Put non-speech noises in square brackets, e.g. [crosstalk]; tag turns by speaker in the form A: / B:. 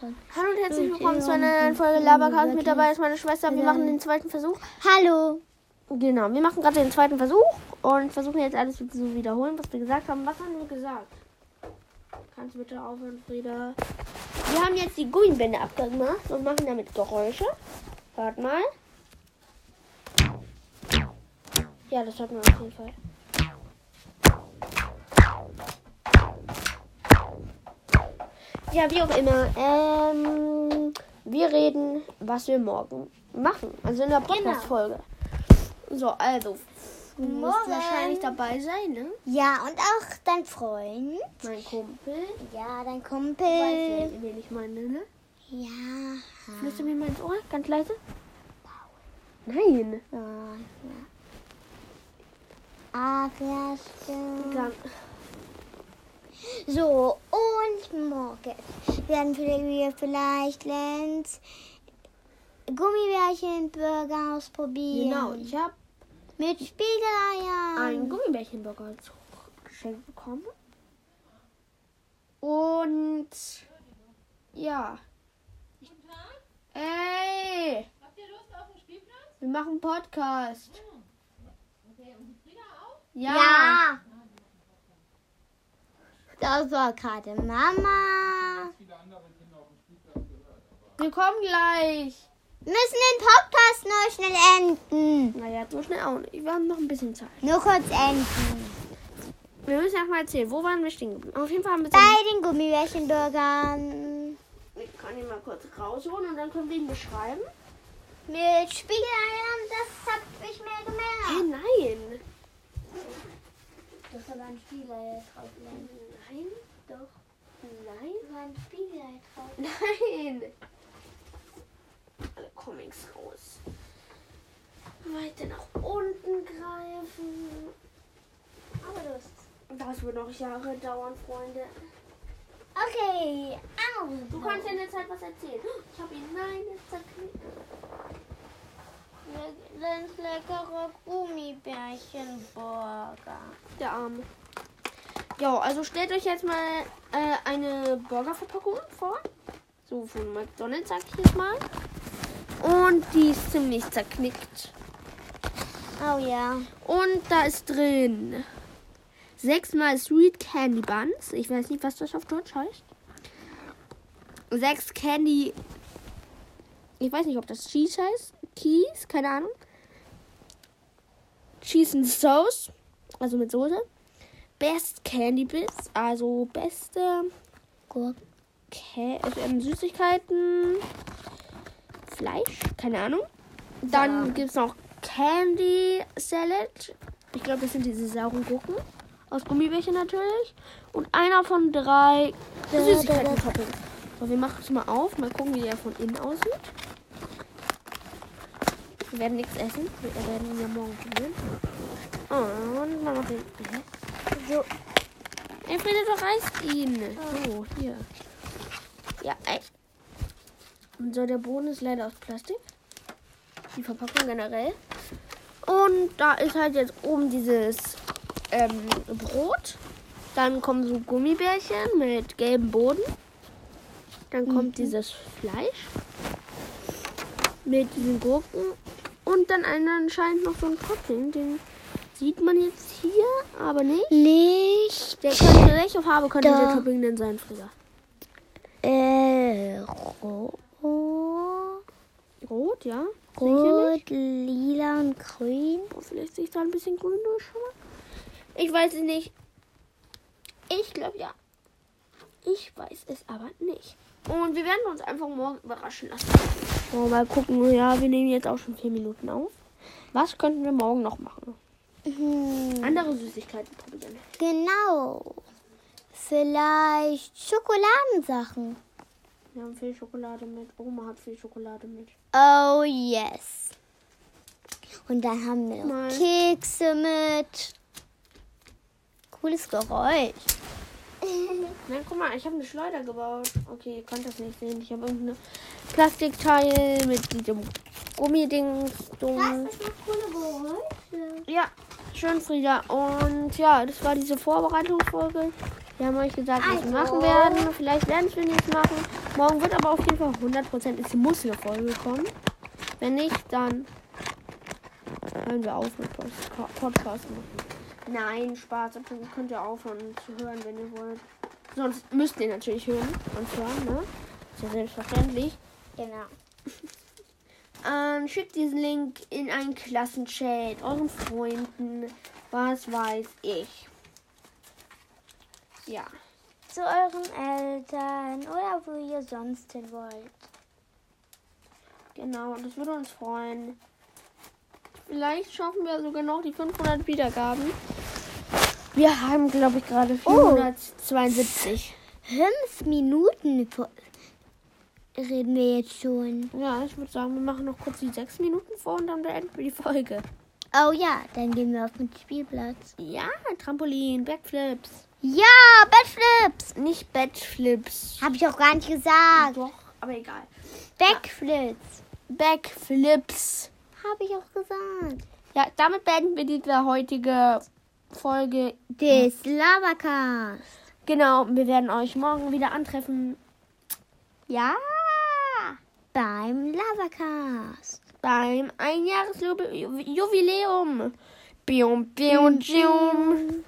A: dran.
B: Hallo und herzlich willkommen zu einer neuen Folge Labercast. Mit dabei ist meine Schwester. Wir machen den zweiten Versuch.
A: Hallo.
B: Genau, wir machen gerade den zweiten Versuch und versuchen jetzt alles zu wiederholen, was wir gesagt haben. Was haben wir gesagt? Kannst du bitte aufhören, Frieda? Wir haben jetzt die Gummibänder abgemacht und machen damit Geräusche. Hört mal. Ja, das hört man auf jeden Fall. Ja, wie auch immer. Ähm, wir reden, was wir morgen machen. Also in der Podcast-Folge. So, also. Du musst
A: Morgen.
B: wahrscheinlich dabei sein, ne?
A: Ja, und auch dein Freund.
B: Mein Kumpel.
A: Ja, dein
B: Weiß,
A: Kumpel.
B: wen wen ich meine, ne?
A: Ja.
B: Flüster mir mal ins Ohr, ganz leise. Nein.
A: Ah, ja. Aber stimmt.
B: Dann,
A: So, und morgen werden wir vielleicht Lenz Gummibärchen-Burger ausprobieren.
B: genau, ich habe
A: Mit
B: einen
C: Ähm.
A: Spiegeleiern.
B: Gummibärchenburger als Geschenk bekommen. Und ja. Ey,
C: Habt ihr Lust auf den Spielplatz? Oh.
B: wir machen einen Podcast.
C: Okay, und die Frieda auch?
B: Ja.
A: Das war gerade Mama.
B: Wir kommen gleich.
A: Wir müssen den Podcast noch schnell enden.
B: Naja, so schnell auch nicht. Wir haben noch ein bisschen Zeit.
A: Nur kurz enden.
B: Wir müssen erstmal erzählen, wo waren wir stehen geblieben? Auf jeden Fall haben wir...
A: Bei den Gummibärchenburgern.
B: Ich kann ihn mal kurz rausholen und dann können wir ihn beschreiben.
A: Mit Spiegeleiern, das hab ich mir
B: Hä,
A: gemerkt.
B: nein.
A: Das ist aber ein Spiegeleier drauf.
B: Nein.
A: Doch,
B: Nein.
A: das war ein Spiegeleier drauf.
B: Nein! Alle Comics raus. Weiter nach unten greifen.
A: Aber Lust.
B: Das wird noch Jahre dauern, Freunde.
A: Okay, also.
B: Du kannst ja in der Zeit was erzählen. Ich habe ihn. Nein, jetzt zerknickt.
A: Ganz leckere Gummibärchenburger.
B: Der Arme. Ja, also stellt euch jetzt mal äh, eine Burgerverpackung vor. So von McDonalds, sag ich jetzt mal. Und die ist ziemlich zerknickt.
A: Oh ja.
B: Und da ist drin sechsmal Sweet Candy Buns. Ich weiß nicht, was das auf Deutsch heißt. Sechs Candy. Ich weiß nicht, ob das Cheese heißt. Keys, keine Ahnung. Cheese and Sauce, also mit Soße. Best Candy Bits, also beste
A: Gurken.
B: Kä ähm, Süßigkeiten. Fleisch, keine Ahnung. Dann gibt es noch Candy Salad. Ich glaube, das sind diese sauren Gurken. Aus Gummibärchen natürlich. Und einer von drei
A: Da, da, da.
B: Süßigkeiten-Toppings. So, wir machen es mal auf. Mal gucken, wie der von innen aussieht. Wir werden nichts essen. Wir werden ihn ja morgen probieren. Und man macht den. Hä?
A: So.
B: Ey, Frieda, du reißt ihn. So, Oh, hier. Ja, ey. Und so, der Boden ist leider aus Plastik. Die Verpackung generell. Und da ist halt jetzt oben dieses ähm, Brot. Dann kommen so Gummibärchen mit gelbem Boden. Dann kommt dieses Fleisch mit diesen Gurken. Und dann einer anscheinend noch so ein Topping. Den sieht man jetzt hier, aber nicht.
A: Nicht.
B: Der könnte, welche Farbe könnte
A: Da.
B: der Topping denn sein, Frieda?
A: Äh, rot.
B: Rot, ja. Sicherlich.
A: Rot, lila und grün.
B: Oh, vielleicht sehe ich da ein bisschen grün durch schon mal. Ich weiß es nicht. Ich glaube ja. Ich weiß es aber nicht. Und wir werden uns einfach morgen überraschen lassen. So, mal gucken. Ja, wir nehmen jetzt auch schon vier Minuten auf. Was könnten wir morgen noch machen?
A: Hm,
B: Andere Süßigkeiten probieren.
A: genau. Vielleicht Schokoladensachen.
B: Wir haben viel Schokolade mit. Oma hat viel Schokolade mit.
A: Oh yes. Und dann haben wir
B: Mal.
A: noch Kekse mit. Cooles [laughs] Geräusch.
B: Nein, guck mal, ich habe eine Schleuder gebaut. Okay, ihr könnt das nicht sehen. Ich habe irgendeine Plastikteil mit diesem Gummiding.
A: macht coole Geräusche.
B: Ja, schön, Frieda. Und ja, das war diese Vorbereitungsfolge. Wir haben euch gesagt, was wir
A: Also.
B: machen werden. Vielleicht werden wir nichts machen. Morgen wird aber auf jeden Fall 100% es muss eine Folge kommen. Wenn nicht, dann hören wir auf mit Post- Ko- Podcast machen. Nein, Spaß, aber ihr könnt ja aufhören zu hören, wenn ihr wollt. Sonst müsst ihr natürlich hören. Und zwar, ne? Ist ja selbstverständlich.
A: Genau.
B: Ähm, schickt diesen Link in einen Klassenchat, euren Freunden, was weiß ich. Ja.
A: Zu euren Eltern oder wo ihr sonst hin wollt.
B: Genau, das würde uns freuen. Vielleicht schaffen wir sogar noch die 500 Wiedergaben. Wir haben, glaube ich, gerade
A: Oh.
B: 472.
A: Fünf Minuten po- reden wir jetzt schon.
B: Ja, ich würde sagen, wir machen noch kurz die 6 Minuten vor und dann beenden wir die Folge.
A: Oh ja, dann gehen wir auf den Spielplatz.
B: Ja, Trampolin, Backflips.
A: Ja, Backflips.
B: Nicht Backflips.
A: Habe ich auch gar nicht gesagt.
B: Doch, aber egal.
A: Backflips.
B: Backflips.
A: Habe ich auch gesagt.
B: Ja, damit beenden wir die heutige Folge.
A: Des Lavacast.
B: Genau, wir werden euch morgen wieder antreffen
A: Ja. Beim Lavacast.
B: beim Einjahresjubiläum. Bium, bium, bium.